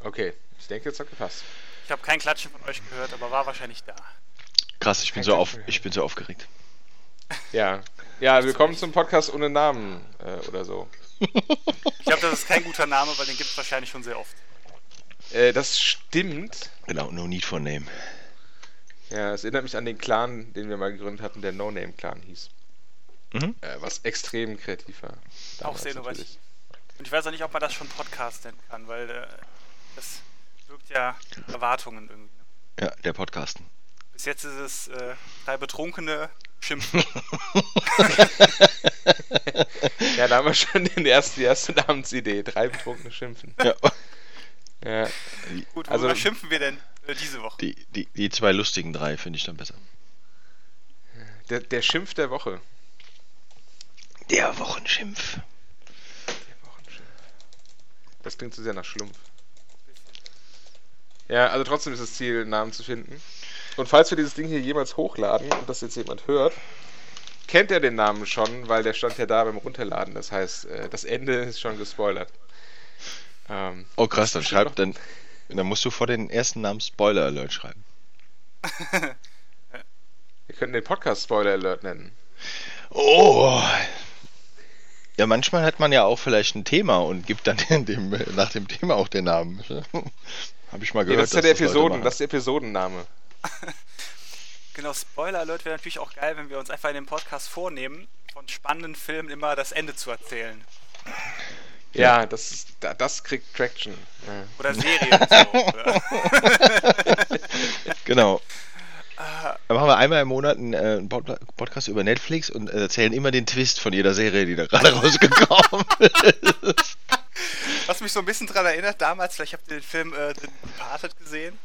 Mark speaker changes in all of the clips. Speaker 1: Okay, ich denke, jetzt hat gepasst.
Speaker 2: Ich habe kein Klatschen von euch gehört, aber war wahrscheinlich da.
Speaker 3: Krass, ich bin,
Speaker 1: Kein
Speaker 3: so, auf,
Speaker 1: Klatschen.
Speaker 3: ich bin so aufgeregt.
Speaker 1: Ja, ja willkommen zum Podcast ohne Namen äh, oder so.
Speaker 2: Ich glaube, das ist kein guter Name, weil den gibt es wahrscheinlich schon sehr oft.
Speaker 1: Äh, das stimmt.
Speaker 3: Genau, no need for name.
Speaker 1: Ja, es erinnert mich an den Clan, den wir mal gegründet hatten, der No-Name-Clan hieß.
Speaker 3: Mhm.
Speaker 1: Äh, was extrem kreativ war.
Speaker 2: Auch
Speaker 1: damals
Speaker 2: sehr
Speaker 1: natürlich.
Speaker 2: innovativ. Und ich weiß auch nicht, ob man das schon Podcast nennen kann, weil äh, das wirkt ja Erwartungen irgendwie. Ne?
Speaker 3: Ja, der Podcasten.
Speaker 2: Bis jetzt ist es äh, drei Betrunkene schimpfen.
Speaker 1: Ja, da haben wir schon den ersten, die erste Namensidee. Drei betrunkene Schimpfen.
Speaker 3: Ja,
Speaker 1: Ja.
Speaker 2: Gut,
Speaker 1: Also-
Speaker 2: worüber schimpfen wir denn äh, diese Woche?
Speaker 3: die, die, die zwei lustigen drei finde ich dann besser.
Speaker 1: Der, der Schimpf der Woche.
Speaker 3: Der Wochenschimpf.
Speaker 1: Das klingt zu sehr nach Schlumpf. Ja, also trotzdem ist das Ziel, einen Namen zu finden. Und falls wir dieses Ding hier jemals hochladen und das jetzt jemand hört, kennt er den Namen schon, weil der stand ja da beim Runterladen. Das heißt, äh, das Ende ist schon gespoilert. Ähm,
Speaker 3: Oh krass, dann schreib dann. Dann musst du vor den ersten Namen Spoiler Alert schreiben.
Speaker 1: wir könnten den Podcast Spoiler Alert nennen.
Speaker 3: Oh. Ja, manchmal hat man ja auch vielleicht ein Thema und gibt dann dem, dem, nach dem Thema auch den Namen. Habe ich mal
Speaker 1: Nee,
Speaker 3: gehört.
Speaker 1: das ist ja der
Speaker 3: dass das Leute
Speaker 1: Episoden,
Speaker 3: machen.
Speaker 1: das ist der Episodenname.
Speaker 2: Genau, Spoiler Alert wäre natürlich auch geil, wenn wir uns einfach in dem Podcast vornehmen, von spannenden Filmen immer das Ende zu erzählen.
Speaker 1: Ja, das, ist, da- das kriegt Traction. Ja.
Speaker 2: Oder Serien so. Oder?
Speaker 3: Genau. Dann machen wir einmal im Monat einen, äh, einen Pod Podcast über Netflix und äh, erzählen immer den Twist von jeder Serie, die da gerade rausgekommen ist.
Speaker 2: Was mich so ein bisschen daran erinnert, damals, vielleicht habt ihr den Film äh, The Departed gesehen.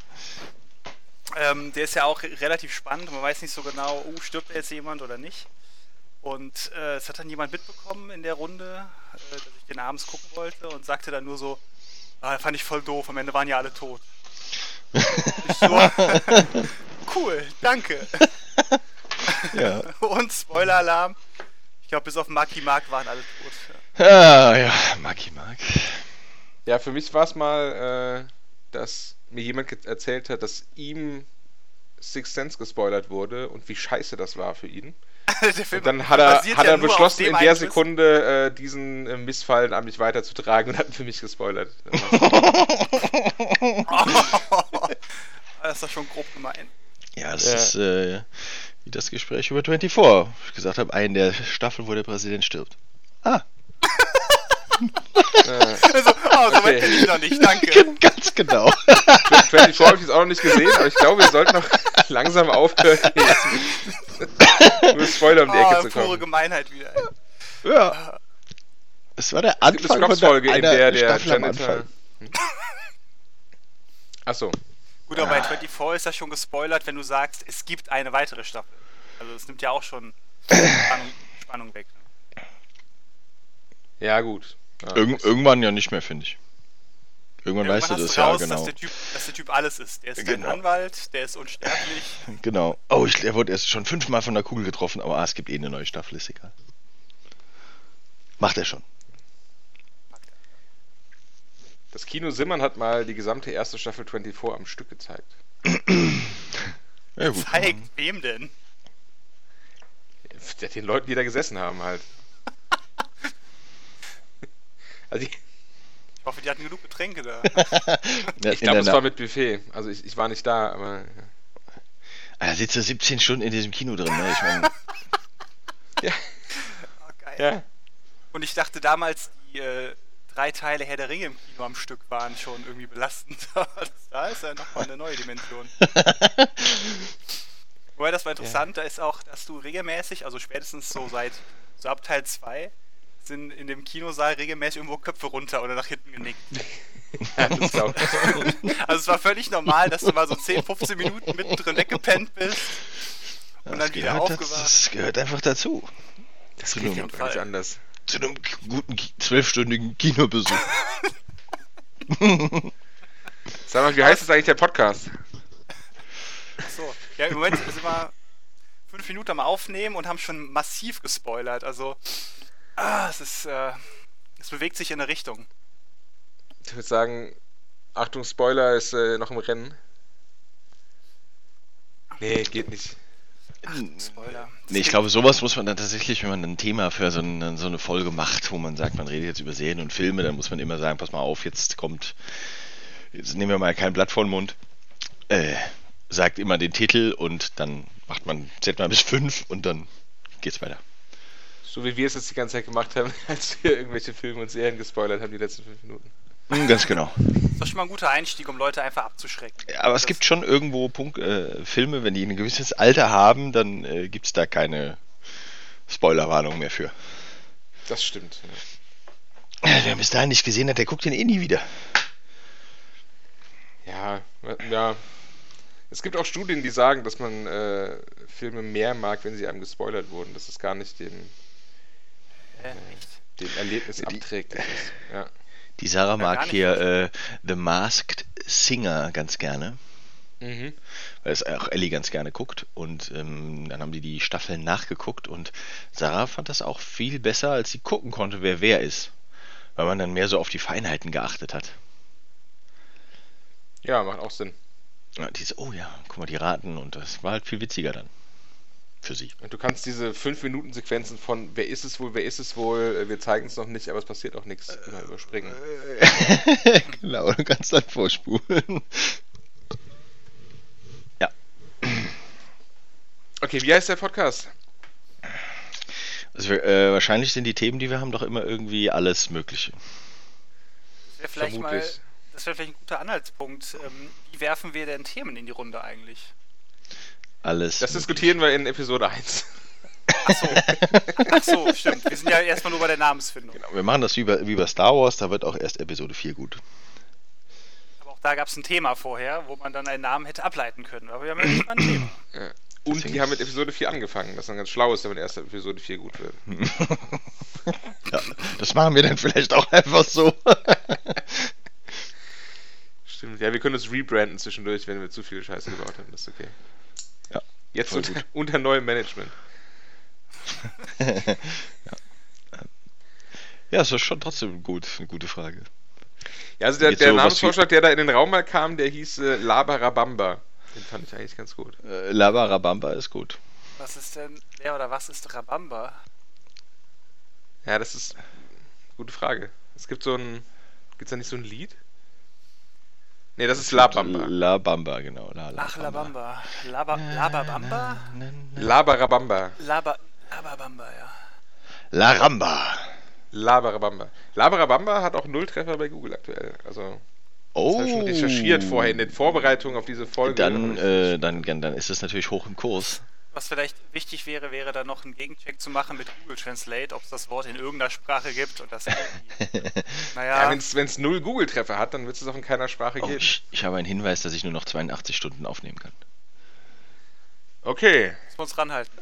Speaker 2: Ähm, der ist ja auch re- relativ spannend. Man weiß nicht so genau, oh, stirbt da jetzt jemand oder nicht. Und äh, es hat dann jemand mitbekommen in der Runde, äh, dass ich den abends gucken wollte und sagte dann nur so, ah, fand ich voll doof, am Ende waren ja alle tot. Ich so, cool, danke.
Speaker 3: Ja.
Speaker 2: Und Spoiler-Alarm. Ich glaube, bis auf Maki Mark waren alle tot.
Speaker 3: Ah, ja, Maki Mark.
Speaker 1: Ja, für mich war es mal, äh, dass mir jemand ge- erzählt hat, dass ihm Sixth Sense gespoilert wurde und wie scheiße das war für ihn.
Speaker 2: Der Film
Speaker 1: Und dann hat er,
Speaker 2: Äh, basiert
Speaker 1: hat
Speaker 2: ja
Speaker 1: er
Speaker 2: nur auf
Speaker 1: beschlossen,
Speaker 2: dem
Speaker 1: in der
Speaker 2: einen Twist.
Speaker 1: Sekunde äh, diesen äh, Missfall an mich weiterzutragen und hat für mich gespoilert.
Speaker 2: Ah, Das ist doch schon grob gemeint.
Speaker 3: Ja, das
Speaker 1: Ja.
Speaker 3: ist äh, wie das Gespräch über 24. wo Ich gesagt habe, einen der Staffel, wo der Präsident stirbt. Ah,
Speaker 1: äh,
Speaker 2: Also, oh, so weit bin ich noch nicht, danke.
Speaker 3: ganz genau.
Speaker 1: 24 habe ich jetzt auch noch nicht gesehen, aber ich glaube, wir sollten noch langsam aufhören, jetzt mit Spoiler um die Ecke
Speaker 2: Oh,
Speaker 1: zu
Speaker 2: pure
Speaker 1: kommen.
Speaker 2: Gemeinheit wieder. ey.
Speaker 3: ja. Es war der
Speaker 1: Gibt es
Speaker 3: Anfang von der,
Speaker 1: Scrubs-Folge, in
Speaker 3: einer
Speaker 1: der Hm? der
Speaker 3: Staffel am
Speaker 1: Janitor...
Speaker 3: Anfang.
Speaker 1: Achso.
Speaker 2: Gut, aber
Speaker 3: Ah.
Speaker 2: bei 24 ist das schon gespoilert, wenn du sagst, es gibt eine weitere Staffel. Also, es nimmt ja auch schon Spannung, Spannung weg.
Speaker 1: Ja, gut. Ja.
Speaker 3: Irgend- irgendwann ja nicht mehr, finde ich. Irgendwann,
Speaker 2: Irgendwann
Speaker 3: weißt du
Speaker 2: hast
Speaker 3: das
Speaker 2: du
Speaker 3: ja,
Speaker 2: raus,
Speaker 3: genau.
Speaker 2: dass, der typ, dass der Typ alles ist. Der ist
Speaker 3: Genau.
Speaker 2: ein Anwalt, der ist unsterblich.
Speaker 3: Genau. Oh, ich, er wurde erst schon fünfmal von der Kugel getroffen, aber ah, es gibt eh eine neue Staffel, ist egal. Macht er schon.
Speaker 1: Das Kino Simmern hat mal die gesamte erste Staffel 24 am Stück gezeigt.
Speaker 3: Ja, gut.
Speaker 2: Zeigt, wem denn?
Speaker 1: Den Leuten, die da gesessen haben, halt. Also ich,
Speaker 2: Ich hoffe, die hatten genug Getränke da.
Speaker 3: Ja,
Speaker 1: ich
Speaker 3: in
Speaker 1: glaube,
Speaker 3: der
Speaker 1: es
Speaker 3: Na-
Speaker 1: war mit Buffet. Also ich, ich war nicht da, aber.
Speaker 3: Ah, da sitzt er 17 Stunden in diesem Kino drin, ne? Ich meine,
Speaker 2: Oh, geil.
Speaker 1: Ja.
Speaker 2: Und ich dachte damals, die äh, drei Teile Herr der Ringe im Kino am Stück waren schon irgendwie belastend. Aber das- da ist ja nochmal eine neue Dimension. Wobei das war interessant, da ist auch, dass du regelmäßig, also spätestens so seit so ab Teil 2, sind in dem Kinosaal regelmäßig irgendwo Köpfe runter oder nach hinten genickt.
Speaker 1: ja das glaub ich.
Speaker 2: Also es war völlig normal, dass du mal so 10, 15 Minuten mittendrin weggepennt bist und dann wieder
Speaker 3: gehört, das,
Speaker 2: aufgewacht.
Speaker 3: das gehört einfach dazu.
Speaker 1: Das
Speaker 3: Zu
Speaker 1: geht ja
Speaker 3: einem-
Speaker 1: gar nicht
Speaker 2: Fall.
Speaker 1: anders.
Speaker 3: Zu einem guten Ki- zwölfstündigen Kinobesuch.
Speaker 1: Sag mal, wie heißt das eigentlich der Podcast?
Speaker 2: So, ja, im Moment sind wir fünf Minuten am Aufnehmen und haben schon massiv gespoilert. Also, ah, es ist, äh, es bewegt sich in eine Richtung.
Speaker 1: Ich würde sagen, Achtung, Spoiler ist äh, noch im Rennen. Nee, geht nicht.
Speaker 2: Spoiler.
Speaker 3: Nee, ich glaube, sowas muss man dann tatsächlich, wenn man ein Thema für so eine, so eine Folge macht, wo man sagt, man redet jetzt über Serien und Filme, dann muss man immer sagen, pass mal auf, jetzt kommt, jetzt nehmen wir mal kein Blatt vor den Mund, äh, sagt immer den Titel und dann macht man, zählt man bis fünf und dann geht's weiter.
Speaker 1: So wie wir es jetzt die ganze Zeit gemacht haben, als wir irgendwelche Filme und Serien gespoilert haben, die letzten fünf Minuten.
Speaker 3: Hm, Ganz genau.
Speaker 2: Das ist schon mal ein guter Einstieg, um Leute einfach abzuschrecken.
Speaker 3: Ja, Aber es
Speaker 2: Das-
Speaker 3: gibt schon irgendwo Punkt, äh, Filme, wenn die ein gewisses Alter haben, dann äh, gibt es da keine Spoilerwarnung mehr für.
Speaker 1: Das stimmt. Ja.
Speaker 3: Äh, Wer bis dahin nicht gesehen hat, der guckt den eh nie wieder.
Speaker 1: Ja, ja. Es gibt auch Studien, die sagen, dass man äh, Filme mehr mag, wenn sie einem gespoilert wurden, dass es gar nicht dem,
Speaker 2: Äh, echt.
Speaker 1: dem Erlebnis abträglich ist. Ja.
Speaker 3: Die Sarah
Speaker 2: gar
Speaker 3: mag
Speaker 2: nicht.
Speaker 3: hier äh, The Masked Singer ganz gerne,
Speaker 1: Mhm.
Speaker 3: weil es auch Ellie ganz gerne guckt. Und ähm, dann haben die die Staffeln nachgeguckt und Sarah fand das auch viel besser, als sie gucken konnte, wer wer ist. Weil man dann mehr so auf die Feinheiten geachtet hat.
Speaker 1: ja, macht auch Sinn.
Speaker 3: Ja, die so, oh ja, guck mal, die raten und das war halt viel witziger dann. Für sie.
Speaker 1: Und du kannst diese 5-Minuten-Sequenzen von wer ist es wohl, wer ist es wohl, äh, wir zeigen es noch nicht, aber es passiert auch nichts, immer überspringen.
Speaker 3: genau, du kannst dann vorspulen.
Speaker 1: Okay, wie heißt der Podcast?
Speaker 3: Also, äh, wahrscheinlich sind die Themen, die wir haben, doch immer irgendwie alles Mögliche.
Speaker 2: Das wäre vielleicht, mal-
Speaker 1: Vermutlich.
Speaker 2: das wär vielleicht ein guter Anhaltspunkt. Ähm, wie werfen wir denn Themen in die Runde eigentlich?
Speaker 3: Alles.
Speaker 1: Das
Speaker 3: Mögliche.
Speaker 1: diskutieren wir in Episode 1.
Speaker 2: Achso, Ach so, stimmt. Wir sind ja erstmal nur bei der Namensfindung.
Speaker 3: Wir machen das wie bei, wie bei Star Wars, da wird auch erst Episode 4 gut.
Speaker 2: Aber auch da gab es ein Thema vorher, wo man dann einen Namen hätte ableiten können. Aber wir haben ja nicht mal ein Thema.
Speaker 1: Ja. Und die haben mit Episode 4 angefangen, das dann ganz schlau ist, wenn erst Episode 4 gut wird.
Speaker 3: Ja, das machen wir dann vielleicht auch einfach so.
Speaker 1: Stimmt, ja, wir können uns rebranden zwischendurch, wenn wir zu viel Scheiße gebaut haben, das ist okay.
Speaker 3: Ja,
Speaker 1: Jetzt
Speaker 3: voll
Speaker 1: unter,
Speaker 3: gut.
Speaker 1: unter neuem Management.
Speaker 3: ja, es ist schon trotzdem gut, eine gute Frage.
Speaker 1: Ja, also der,
Speaker 3: Jetzt
Speaker 1: der
Speaker 3: so was
Speaker 1: Namensvorschlag, der da in den Raum mal kam, der hieß äh, Labarabamba. Den fand ich eigentlich ganz gut.
Speaker 3: Äh, Labarabamba ist gut.
Speaker 2: Was ist denn, wer oder was ist Rabamba?
Speaker 1: Ja, das ist gute Frage. Es gibt so ein. Gibt's da nicht so ein Lied? Nee, das ist Labamba.
Speaker 3: Labamba, genau. La,
Speaker 2: Ach, Labamba. Laba, Lababamba?
Speaker 1: Labarabamba.
Speaker 2: Laba, Lababamba, ja.
Speaker 3: La Ramba.
Speaker 1: Labarabamba. Labarabamba hat auch null Treffer bei Google aktuell. Also, das
Speaker 3: Oh.
Speaker 1: habe ich schon recherchiert vorher in den Vorbereitungen auf diese Folge.
Speaker 3: Dann, äh, dann, dann, dann ist es natürlich hoch im Kurs.
Speaker 2: Was vielleicht wichtig wäre, wäre dann noch einen Gegencheck zu machen mit Google Translate, ob es das Wort in irgendeiner Sprache gibt und das. irgendwie-
Speaker 1: ja,
Speaker 2: naja,
Speaker 1: wenn's wenn's null Google-Treffer hat, dann wird es auch in keiner Sprache
Speaker 3: Oh,
Speaker 1: geben.
Speaker 3: ich, ich habe einen Hinweis, dass ich nur noch 82 Stunden aufnehmen kann.
Speaker 1: Okay.
Speaker 2: müssen wir uns ranhalten.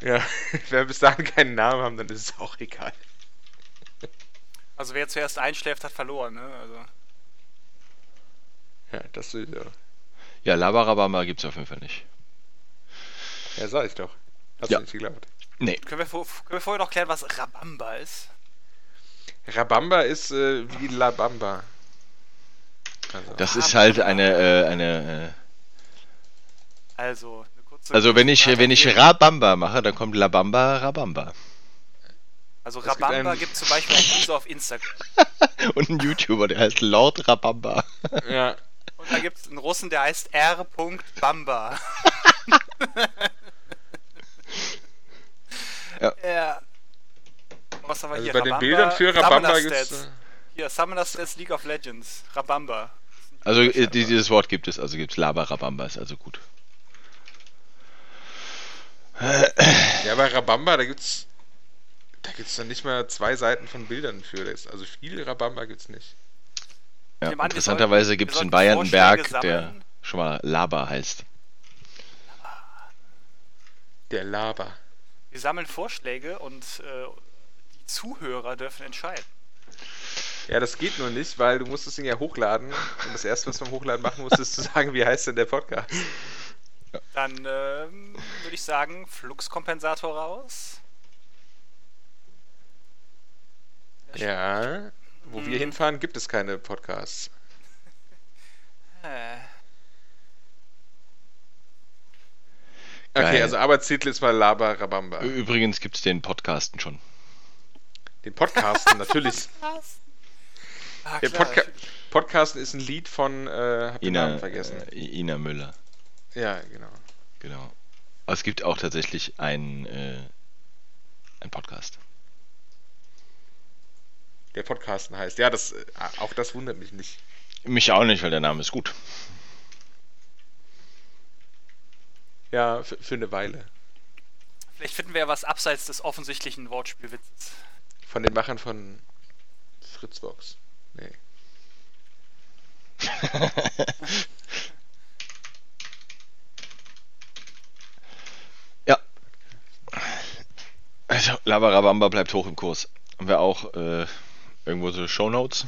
Speaker 1: Ja, wenn wir bis dahin keinen Namen haben, dann ist es auch egal.
Speaker 2: Also wer zuerst einschläft, hat verloren, ne? Also.
Speaker 1: Ja, das sowieso.
Speaker 3: Ja, Labarabamba gibt es auf jeden Fall nicht.
Speaker 1: Ja, sag ich doch. Hast
Speaker 3: Ja.
Speaker 1: du nicht geglaubt.
Speaker 3: Nee.
Speaker 2: Können wir, vor- können wir vorher noch klären, was Rabamba ist?
Speaker 1: Rabamba ist äh, wie Labamba. Also,
Speaker 3: Das ist halt eine, äh, eine. Äh,
Speaker 2: Also, eine kurze
Speaker 3: also wenn ich, wenn ich
Speaker 2: Erklärung.
Speaker 3: Rabamba mache, dann kommt Labamba Rabamba.
Speaker 2: Also
Speaker 1: gibt
Speaker 2: Rabamba
Speaker 1: einen-
Speaker 2: gibt, zum Beispiel einen User auf Instagram.
Speaker 3: Und ein YouTuber, der heißt Lord Rabamba.
Speaker 1: ja.
Speaker 2: Und da gibt es einen Russen, der heißt R.Bamba.
Speaker 3: Ja.
Speaker 2: ja. Was haben wir
Speaker 1: Also
Speaker 2: hier?
Speaker 1: bei den Bildern für Rabamba äh,
Speaker 2: Summoner
Speaker 1: gibt es.
Speaker 2: Stats. Hier, Summoner Stats League of Legends. Rabamba.
Speaker 3: Also äh, die- dieses Wort gibt es, also gibt es Labarabamba, ist also gut.
Speaker 1: Ja, bei Rabamba, da gibt's. Da gibt es dann nicht mal zwei Seiten von Bildern für das. Also viel Rabamba gibt's nicht.
Speaker 3: Ja,
Speaker 2: Nehmen an, wir
Speaker 3: interessanterweise
Speaker 2: sollten-
Speaker 3: gibt es
Speaker 2: wir
Speaker 3: in
Speaker 2: sollten
Speaker 3: Bayern einen Berg,
Speaker 2: Vorschläge
Speaker 3: der
Speaker 2: sammeln.
Speaker 3: schon mal Laber heißt.
Speaker 1: Der Laber.
Speaker 2: Wir sammeln Vorschläge und äh, die Zuhörer dürfen entscheiden.
Speaker 1: Ja, das geht nur nicht, weil du musst das Ding ja hochladen. Und das erste, was du beim Hochladen machen musst, ist zu sagen, wie heißt denn der Podcast?
Speaker 2: Dann ähm, würde ich sagen, Fluxkompensator raus.
Speaker 3: Hm.
Speaker 1: Ja. Wo wir hinfahren, gibt es keine Podcasts.
Speaker 2: Äh,
Speaker 1: Okay,
Speaker 3: Geil. Äh.
Speaker 1: also Arbeitstitel ist mal Labarabamba.
Speaker 3: Ü- Übrigens gibt es den Podcasten schon.
Speaker 1: Den Podcasten, natürlich.
Speaker 2: Ah,
Speaker 1: Der
Speaker 2: klar,
Speaker 1: Podca Podcasten ist ein Lied von, äh, hab den
Speaker 3: Ina,
Speaker 1: Namen vergessen.
Speaker 3: äh, Ina Müller,
Speaker 1: Ja, genau.
Speaker 3: genau. Aber es gibt auch tatsächlich einen, äh, einen Podcast.
Speaker 1: Der Podcasten heißt. Ja, das, äh, auch das wundert mich nicht.
Speaker 3: Mich auch nicht, weil der Name ist gut.
Speaker 1: Ja, für, für eine Weile.
Speaker 2: Vielleicht finden wir ja was abseits des offensichtlichen Wortspielwitzes.
Speaker 1: Von den Machern von Fritzbox. Nee.
Speaker 3: ja. Also, Labarabamba bleibt hoch im Kurs. Haben wir auch äh, irgendwo so Shownotes?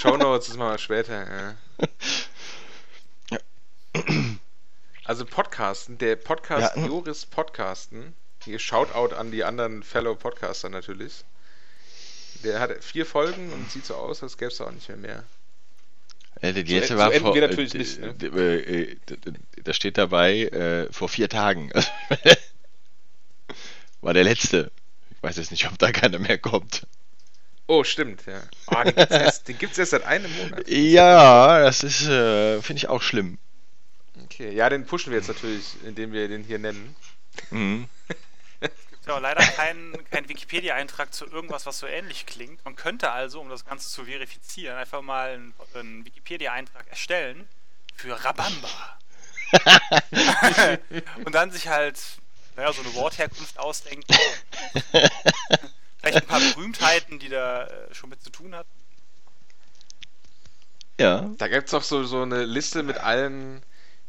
Speaker 1: Shownotes ist mal später. Ja. Also Podcasten, der Podcast
Speaker 3: Ja.
Speaker 1: Joris Podcasten, hier Shoutout an die anderen Fellow Podcaster natürlich. Der hat vier Folgen und sieht so aus, als gäbe es auch nicht mehr mehr.
Speaker 3: Äh, die
Speaker 1: So
Speaker 3: letzte
Speaker 1: en-
Speaker 3: war
Speaker 1: so enden
Speaker 3: vor.
Speaker 1: wir natürlich
Speaker 3: äh,
Speaker 1: nicht, ne?
Speaker 3: d- äh, äh, d- d- Da steht dabei äh, vor vier Tagen. war der letzte. Ich weiß jetzt nicht, ob da keiner mehr kommt.
Speaker 1: Oh, stimmt, ja. Ah, den gibt's erst, den gibt's erst seit einem Monat.
Speaker 3: Ja, das ist, äh, finde ich auch schlimm.
Speaker 1: Okay, ja, den pushen wir jetzt natürlich, indem wir den hier nennen.
Speaker 3: Mhm.
Speaker 2: Gibt ja auch leider keinen keinen Wikipedia-Eintrag zu irgendwas, was so ähnlich klingt. Man könnte also, um das Ganze zu verifizieren, einfach mal einen, einen Wikipedia-Eintrag erstellen für Rabamba. Und dann sich halt, naja, so eine Wortherkunft ausdenken. Vielleicht ein paar Berühmtheiten, die da äh, schon mit zu tun hat.
Speaker 3: Ja.
Speaker 1: Da gibt's doch so, so eine Liste mit allen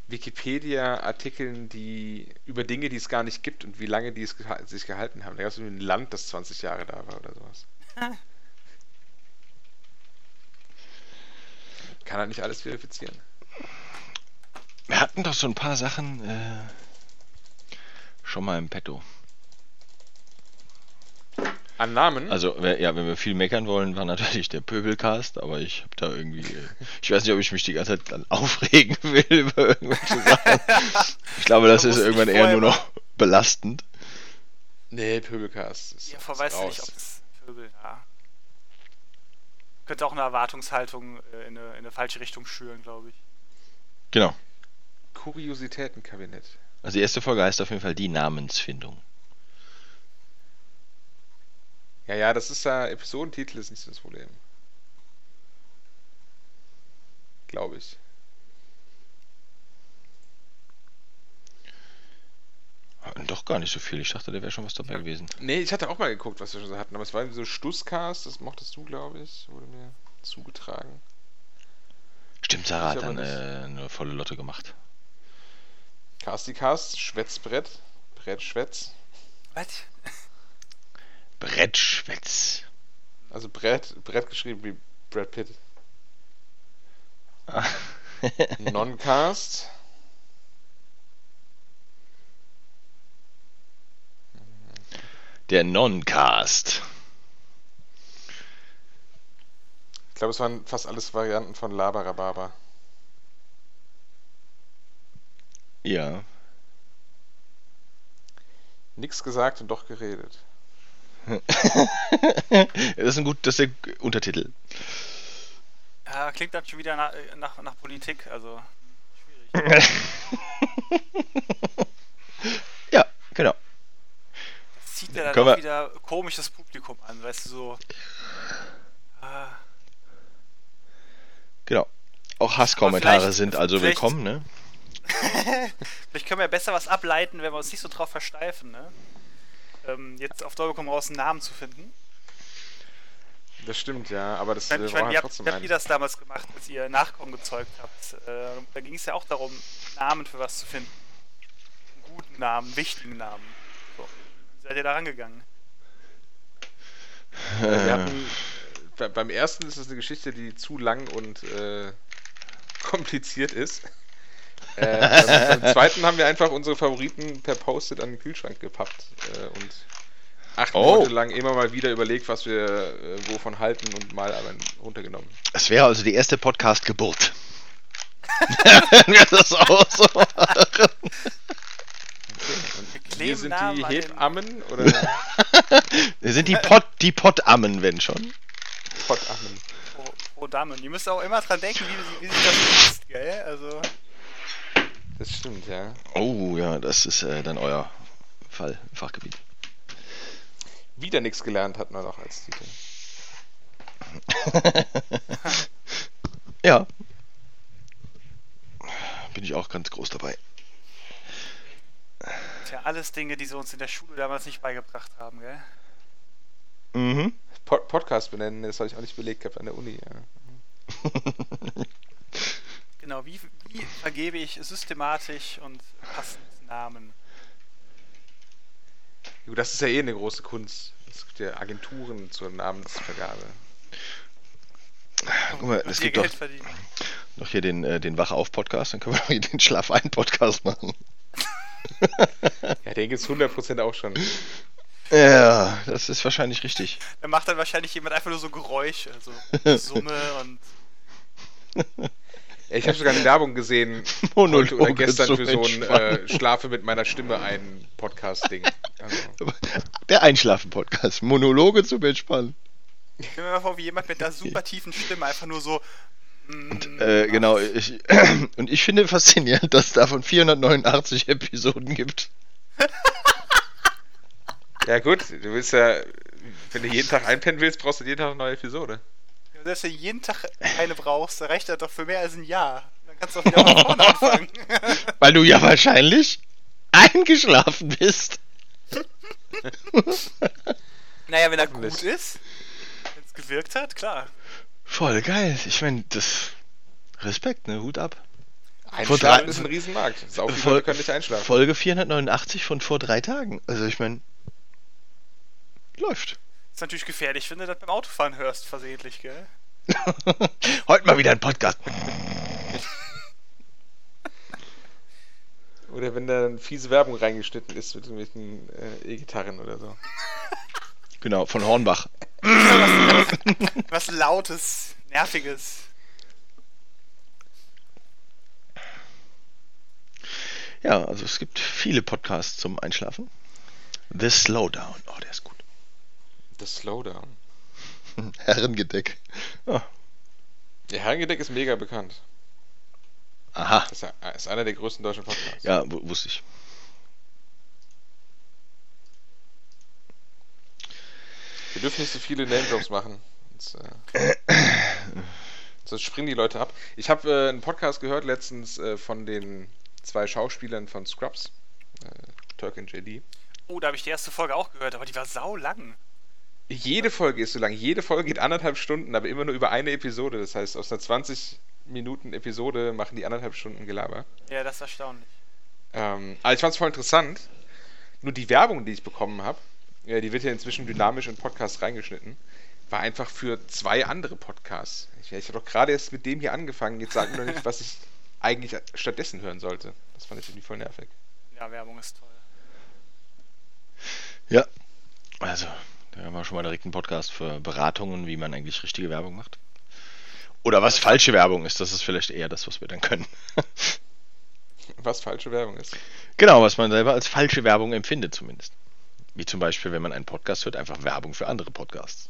Speaker 1: Wikipedia-Artikeln, die über Dinge, die es gar nicht gibt und wie lange die es geha sich gehalten haben. Da gab's irgendwie ein Land, das 20 Jahre da war oder sowas. Kann er nicht alles verifizieren.
Speaker 3: Wir hatten doch so ein paar Sachen äh, schon mal im Petto.
Speaker 1: An Namen?
Speaker 3: Also, wer- ja, wenn wir viel meckern wollen, war natürlich der Pöbelcast, aber ich habe da irgendwie. Äh, ich weiß nicht, ob ich mich die ganze Zeit dann aufregen will über irgendwelche Sachen. Ich glaube, das
Speaker 2: Man
Speaker 3: ist
Speaker 2: muss
Speaker 3: irgendwann
Speaker 2: nicht
Speaker 3: eher
Speaker 2: vorher
Speaker 3: nur noch belastend.
Speaker 1: nee, Pöbelcast. ist-
Speaker 2: Ihr
Speaker 1: ist
Speaker 2: verweist
Speaker 1: raus.
Speaker 2: nicht auf das Pöbel, ja. Könnte auch eine Erwartungshaltung äh, in, eine, in eine falsche Richtung schüren, glaube ich.
Speaker 3: Genau.
Speaker 1: Kuriositätenkabinett.
Speaker 3: Also, die erste Folge heißt auf jeden Fall die Namensfindung.
Speaker 1: Ja, ja, das ist ja, Episodentitel ist nicht so das Problem. Glaube ich.
Speaker 3: Doch gar nicht so viel. Ich dachte, da wäre schon was dabei gewesen.
Speaker 1: Nee, ich hatte auch mal geguckt, was wir schon so hatten, aber es war irgendwie so Stusscast, das mochtest du, glaube ich, wurde mir zugetragen.
Speaker 3: Stimmt, Sarah hat
Speaker 1: Ich glaub,
Speaker 3: dann äh,
Speaker 1: das-
Speaker 3: eine volle Lotte gemacht.
Speaker 1: Casti Cast, Schwätzbrett, Brett Schwätz,
Speaker 2: Was?
Speaker 3: Brettschwätz.
Speaker 1: also Brett, Brett geschrieben wie Brad Pitt.
Speaker 3: Ah.
Speaker 1: Noncast.
Speaker 3: Der Noncast.
Speaker 1: Ich glaube, es waren fast alles Varianten von Labarababa.
Speaker 3: Ja.
Speaker 1: Nix gesagt und doch geredet.
Speaker 3: Das ist ein gut, das ist der Untertitel.
Speaker 2: Ja, Äh, klingt dann schon wieder nach, äh, nach, nach Politik, also.
Speaker 3: Ja, genau.
Speaker 2: Das zieht ja dann
Speaker 3: Können
Speaker 2: auch
Speaker 3: wir-
Speaker 2: wieder komisches Publikum an, weißt du, so. Ah,
Speaker 3: Genau. Auch Hasskommentare
Speaker 2: vielleicht-
Speaker 3: sind also
Speaker 2: vielleicht-
Speaker 3: willkommen, ne?
Speaker 2: vielleicht können wir besser was ableiten, wenn wir uns nicht so drauf versteifen, ne? Ähm, jetzt auf Dolbekom raus einen Namen zu finden.
Speaker 1: Das stimmt, ja, aber das
Speaker 2: Ich meine,
Speaker 1: äh,
Speaker 2: ich meine
Speaker 1: brauchen
Speaker 2: wie
Speaker 1: wir
Speaker 2: habt,
Speaker 1: trotzdem
Speaker 2: wie habt
Speaker 1: ein.
Speaker 2: ihr das damals gemacht, als ihr Nachkommen gezeugt habt? Äh, da ging es ja auch darum, Namen für was zu finden. Einen guten Namen, einen wichtigen Namen. So. Wie seid ihr da rangegangen?
Speaker 1: Wir hatten, be- beim ersten ist es eine Geschichte, die zu lang und äh, kompliziert ist. Äh, beim, beim zweiten haben wir einfach unsere Favoriten per Post-it an den Kühlschrank gepappt äh, und acht
Speaker 3: Oh.
Speaker 1: Monate lang immer mal wieder überlegt, was wir äh, wovon halten und mal aber runtergenommen.
Speaker 3: Es wäre also die erste Podcast-Geburt. Wir das auch so machen.
Speaker 1: Und
Speaker 2: kleben
Speaker 1: wir sind
Speaker 2: Namen
Speaker 1: die
Speaker 2: an den-
Speaker 1: Hebammen oder
Speaker 3: Wir sind die Pott, die Pottammen, wenn schon.
Speaker 1: Pottammen.
Speaker 2: Pro, pro Dame. Und ihr müsst auch immer dran denken, wie, wie sich das liest, gell? Also,
Speaker 1: Das stimmt, ja.
Speaker 3: Oh ja, das ist äh, dann euer Fall, Fachgebiet.
Speaker 1: Wieder nichts gelernt hat man noch als Titel.
Speaker 3: Ja. Bin ich auch ganz groß dabei.
Speaker 2: tja, alles Dinge, die sie uns in der Schule damals nicht beigebracht haben, gell?
Speaker 3: Mhm.
Speaker 1: Pod Podcast benennen, das habe ich auch nicht belegt gehabt an der Uni. Ja.
Speaker 2: Genau, wie, wie vergebe ich systematisch und passend Namen?
Speaker 1: Gut, das ist ja eh eine große Kunst. Es gibt ja Agenturen zur Namensvergabe.
Speaker 3: Guck mal,
Speaker 2: Und
Speaker 3: es
Speaker 2: ihr
Speaker 3: gibt doch
Speaker 2: Geld verdienen.
Speaker 3: noch hier den, äh, den Wache-auf-Podcast, dann können wir noch hier den Schlaf-ein-Podcast machen.
Speaker 1: Ja, den gibt es 100% auch schon.
Speaker 3: Ja, das ist wahrscheinlich richtig.
Speaker 2: Dann macht dann wahrscheinlich jemand einfach nur so Geräusche, so Summe und
Speaker 1: Ich habe sogar eine Werbung gesehen heute
Speaker 3: Monologe
Speaker 1: oder gestern
Speaker 3: zum
Speaker 1: für so ein
Speaker 3: Entspannen.
Speaker 1: äh, Schlafe mit meiner Stimme ein Podcast-Ding. Also,
Speaker 3: Der Einschlafen-Podcast. Monologe zum Entspannen.
Speaker 2: Ich stell mir mal vor, wie jemand mit einer super tiefen Stimme einfach nur so. mm,
Speaker 3: Äh,
Speaker 2: macht.
Speaker 3: genau, ich, und ich finde faszinierend, dass es davon 489 Episoden gibt.
Speaker 1: ja gut, du willst ja, wenn du jeden Tag einpennen willst, brauchst du jeden Tag eine neue Episode.
Speaker 2: Selbst wenn du jeden Tag eine brauchst, dann reicht das doch für mehr als ein Jahr. Dann kannst du auch wieder von vorne anfangen.
Speaker 3: Weil du ja wahrscheinlich eingeschlafen bist.
Speaker 2: naja, wenn er gut
Speaker 1: Mist.
Speaker 2: ist, wenn es gewirkt hat, klar.
Speaker 3: Voll geil. Ich meine, das. Respekt, ne? Hut ab.
Speaker 1: Einschlafen
Speaker 3: drei-
Speaker 1: ist ein Riesenmarkt. Sau viele
Speaker 3: Voll-
Speaker 1: Leute können nicht einschlafen.
Speaker 3: Folge 489 von vor drei Tagen. Also, ich meine. Läuft.
Speaker 2: Ist natürlich gefährlich, wenn du das beim Autofahren hörst, versehentlich, gell?
Speaker 3: Heute mal wieder ein Podcast.
Speaker 1: Oder wenn da eine fiese Werbung reingeschnitten ist mit irgendwelchen äh, E-Gitarren oder so.
Speaker 3: Genau, von Hornbach.
Speaker 2: Was Lautes, Nerviges.
Speaker 3: Ja, also es gibt viele Podcasts zum Einschlafen. The Slowdown. Oh, der ist gut.
Speaker 1: The Slowdown.
Speaker 3: Herrengedeck. Ah,
Speaker 1: Ja, Herrengedeck ist mega bekannt.
Speaker 3: aha.
Speaker 1: Das ist ja- ist einer der größten deutschen Podcasts.
Speaker 3: Ja, wu- wusste ich.
Speaker 1: Wir dürfen nicht so viele Name-Drops machen. Sonst, äh, sonst springen die Leute ab. Ich habe äh, einen Podcast gehört letztens äh, von den zwei Schauspielern von Scrubs, äh, Turk und JD.
Speaker 2: Oh, da habe ich die erste Folge auch gehört, aber die war sau lang.
Speaker 1: Jede Folge ist so lang. Jede Folge geht anderthalb Stunden, aber immer nur über eine Episode. Das heißt, aus einer 20-Minuten-Episode machen die anderthalb Stunden Gelaber.
Speaker 2: Ja, das ist erstaunlich.
Speaker 1: Ähm, aber ich fand es voll interessant. Nur die Werbung, die ich bekommen habe, äh, die wird ja inzwischen dynamisch in Podcasts reingeschnitten, war einfach für zwei andere Podcasts. Ich, ich habe doch gerade erst mit dem hier angefangen. Jetzt sagt mir noch nicht, was ich eigentlich stattdessen hören sollte. Das fand ich irgendwie voll nervig.
Speaker 2: Ja, Werbung ist toll.
Speaker 3: Ja. Also, da haben wir schon mal direkt einen Podcast für Beratungen, wie man eigentlich richtige Werbung macht. Oder was falsche Werbung ist, das ist vielleicht eher das, was wir dann können.
Speaker 1: Was falsche Werbung ist.
Speaker 3: genau, was man selber als falsche Werbung empfindet zumindest. Wie zum Beispiel, wenn man einen Podcast hört, einfach Werbung für andere Podcasts.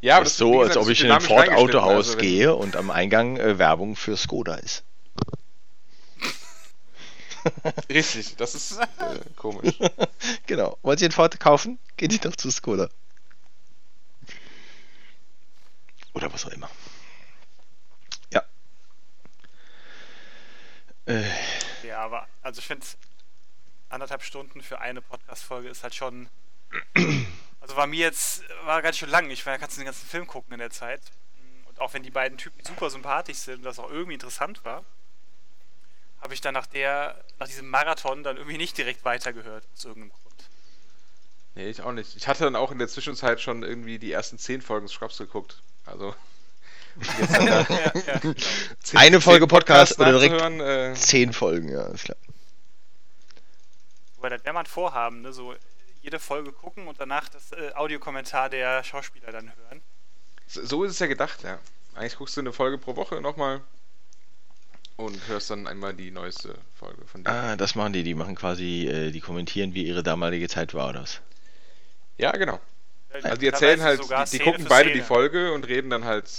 Speaker 1: Ja,
Speaker 3: das ist so,
Speaker 1: wie
Speaker 3: als
Speaker 1: gesagt,
Speaker 3: ob
Speaker 1: das
Speaker 3: ich
Speaker 1: ist
Speaker 3: in ein
Speaker 1: dynamisch
Speaker 3: Ford
Speaker 1: reingeschnitten.
Speaker 3: Autohaus
Speaker 1: Also wenn-
Speaker 3: gehe und am Eingang äh, Werbung für Skoda ist.
Speaker 1: Richtig, das ist äh, komisch.
Speaker 3: Genau. Wollt ihr einen Ford kaufen? Geht ihr doch zu Skoda. Oder was auch immer. Ja. Äh,
Speaker 2: Ja, aber also ich finde anderthalb Stunden für eine Podcast-Folge ist halt schon. Also war mir jetzt, war ganz schön lang. Ich meine, da kannst du den ganzen Film gucken in der Zeit. Und auch wenn die beiden Typen super sympathisch sind und das auch irgendwie interessant war, habe ich dann nach der, nach diesem Marathon dann irgendwie nicht direkt weitergehört, aus irgendeinem Grund.
Speaker 1: Nee, ich auch nicht. Ich hatte dann auch in der Zwischenzeit schon irgendwie die ersten zehn Folgen Scrubs geguckt. Also
Speaker 2: ja, ja. genau.
Speaker 1: zehn-
Speaker 3: Eine Folge
Speaker 1: zehn
Speaker 3: Podcast oder direkt-
Speaker 1: nachzuhören, äh,
Speaker 3: zehn Folgen, ja, ist klar.
Speaker 2: Wobei, das wäre mal ein Vorhaben, ne? So jede Folge gucken und danach das äh, Audiokommentar der Schauspieler dann hören. Äh,
Speaker 1: So so ist es ja gedacht, ja. Eigentlich guckst du eine Folge pro Woche nochmal und hörst dann einmal die neueste Folge von dem.
Speaker 3: Ah, das machen die. Die machen quasi, äh, die kommentieren, wie ihre damalige Zeit war oder was.
Speaker 1: Ja, genau. Also die
Speaker 2: Teilweise
Speaker 1: erzählen halt,
Speaker 2: sogar
Speaker 1: die, die
Speaker 2: Szene
Speaker 1: gucken
Speaker 2: für
Speaker 1: beide die
Speaker 2: Szene.
Speaker 1: Folge und reden dann halt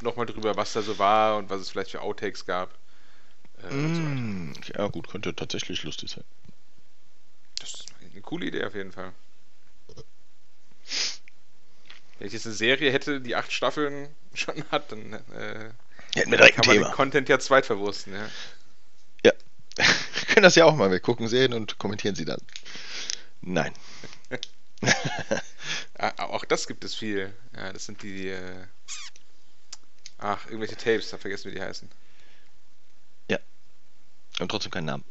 Speaker 1: nochmal drüber, was da so war und was es vielleicht für Outtakes gab. Äh, und so weiter.
Speaker 3: Mm, ja, gut, könnte tatsächlich lustig sein.
Speaker 1: Das ist eine coole Idee auf jeden Fall. Wenn ich jetzt eine Serie hätte, die acht Staffeln schon hat, dann äh,
Speaker 3: Hätten wir direkt ein
Speaker 1: kann man den
Speaker 3: Thema.
Speaker 1: Content ja zweitverwursten. Ja.
Speaker 3: Ja. wir können das ja auch mal. Wir gucken, sehen und kommentieren sie dann. Nein.
Speaker 1: Ah, Auch das gibt es viel. Ja, das sind die. Äh, ach, irgendwelche Tapes, da vergessen wie die heißen.
Speaker 3: Und trotzdem keinen Namen.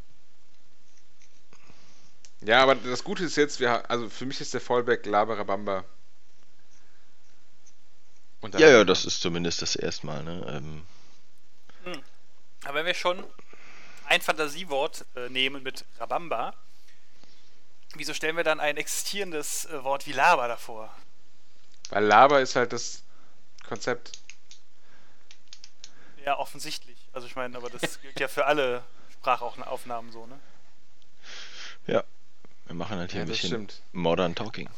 Speaker 1: Ja, aber das Gute ist jetzt, wir, ha- also für mich ist der Fallback Laberabamba. Und dann-
Speaker 3: Ja, ja, das ist zumindest das erste Mal. Ne? Ähm,
Speaker 2: Aber wenn wir schon ein Fantasiewort äh, nehmen mit Rabamba, wieso stellen wir dann ein existierendes äh, Wort wie Lava davor?
Speaker 1: Weil Laber ist halt das Konzept.
Speaker 2: Ja, offensichtlich. Also ich meine, aber das gilt ja für alle Sprachaufnahmen so, ne?
Speaker 3: ja. Wir machen halt hier
Speaker 1: Ja,
Speaker 3: ein
Speaker 1: das
Speaker 3: bisschen
Speaker 1: stimmt.
Speaker 3: Modern Talking.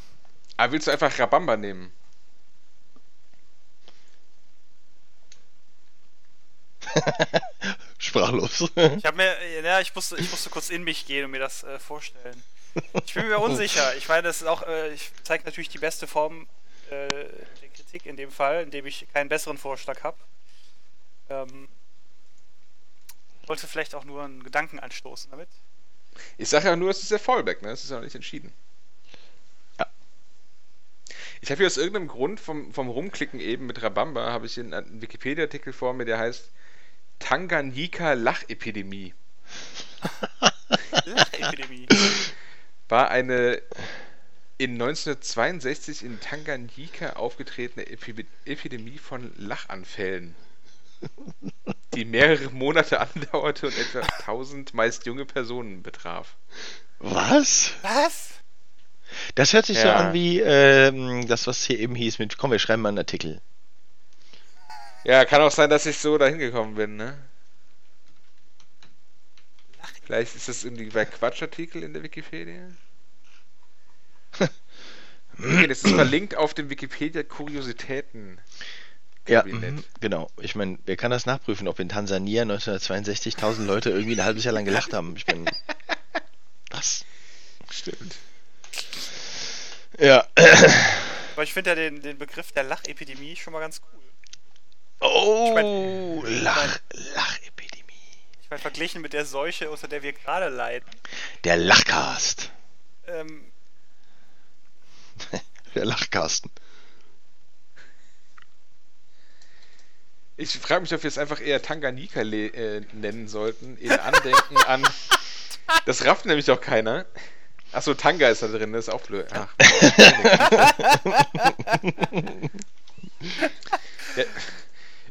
Speaker 1: Ah, willst du einfach Rabamba nehmen?
Speaker 3: Sprachlos.
Speaker 2: Ich habe mir, äh, ja, ich musste, ich musste kurz in mich gehen und mir das äh, vorstellen. Ich bin mir unsicher. Ich meine, das ist auch, äh, ich zeige natürlich die beste Form äh, der Kritik in dem Fall, indem ich keinen besseren Vorschlag habe. Ähm, wollte vielleicht auch nur einen Gedanken anstoßen damit.
Speaker 1: Ich sage ja nur, es ist der Fallback, ne? Es ist ja noch nicht entschieden.
Speaker 3: Ja.
Speaker 1: Ich habe hier aus irgendeinem Grund vom, vom Rumklicken eben mit Rabamba, habe ich einen, einen Wikipedia-Artikel vor mir, der heißt Tanganyika Lachepidemie.
Speaker 2: Lachepidemie.
Speaker 1: War eine in 1962 in Tanganyika aufgetretene Epi Epidemie von Lachanfällen, die mehrere Monate andauerte und etwa 1000 meist junge Personen betraf.
Speaker 3: Was?
Speaker 2: Was?
Speaker 3: Das hört sich so
Speaker 1: Ja.
Speaker 3: an wie ähm, das, was hier eben hieß mit, komm, wir schreiben mal einen Artikel.
Speaker 1: Ja, kann auch sein, dass ich so dahin gekommen bin, ne? Vielleicht ist das irgendwie bei Quatschartikel in der Wikipedia. Okay, das ist verlinkt auf dem Wikipedia Kuriositäten.
Speaker 3: Ja,
Speaker 1: Kabinett.
Speaker 3: mhm, genau. Ich meine, wer kann das nachprüfen, ob in Tansania 1962.000 Leute irgendwie ein halbes Jahr lang gelacht haben? Ich meine, was?
Speaker 1: Stimmt.
Speaker 3: Ja.
Speaker 2: Aber ich finde ja den, den Begriff der Lachepidemie schon mal ganz cool.
Speaker 3: Oh, Lach, Lachepidemie.
Speaker 2: Ich meine, verglichen mit der Seuche, unter der wir gerade leiden,
Speaker 3: Der Lachcast.
Speaker 2: ähm,
Speaker 3: Der Lachkasten.
Speaker 1: Ich frage mich, ob wir es einfach eher Tanganyika le- äh, nennen sollten. In Andenken an. Das rafft nämlich auch keiner. Achso, Tanga ist da drin, das ist auch blöd. Ach, ja,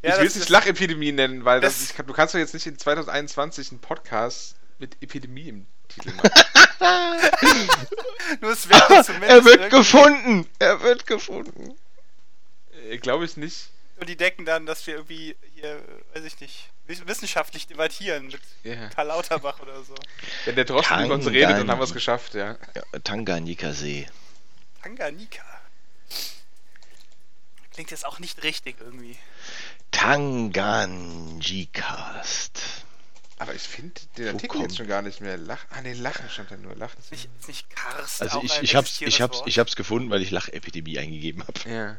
Speaker 2: Ja,
Speaker 1: ich
Speaker 2: das
Speaker 1: will es
Speaker 2: ist-
Speaker 1: nicht Lachepidemie nennen, weil das,
Speaker 2: Das-
Speaker 1: ich, kann- du kannst doch jetzt nicht in 2021 einen Podcast mit Epidemie im Titel machen.
Speaker 2: nur es wäre zumindest
Speaker 3: Er wird
Speaker 2: irgendwie-
Speaker 3: gefunden. Er wird gefunden.
Speaker 1: äh, Glaube ich nicht.
Speaker 2: Und die denken dann, dass wir irgendwie hier, weiß ich nicht, wiss- wissenschaftlich debattieren mit
Speaker 1: Ja.
Speaker 2: Karl Lauterbach oder so.
Speaker 1: Wenn der Drosten über uns redet, dann haben wir es geschafft, ja.
Speaker 3: Ja, Tanganyika-See.
Speaker 2: Tanganika. Klingt jetzt auch nicht richtig irgendwie.
Speaker 3: Tanganyikast.
Speaker 1: Aber ich finde den
Speaker 3: Wo
Speaker 1: Artikel
Speaker 3: kommt-
Speaker 1: jetzt schon gar nicht mehr. Lach, ah, nee, Lachen stand da nur. Lachen ist
Speaker 2: Ist nicht, ist nicht Karst.
Speaker 3: Also
Speaker 2: auch
Speaker 3: ich,
Speaker 2: ein
Speaker 3: ich, hab's, ich,
Speaker 2: existierendes
Speaker 3: hab's,
Speaker 2: Wort?
Speaker 3: ich hab's gefunden, weil ich Lachepidemie eingegeben habe.
Speaker 1: Ja.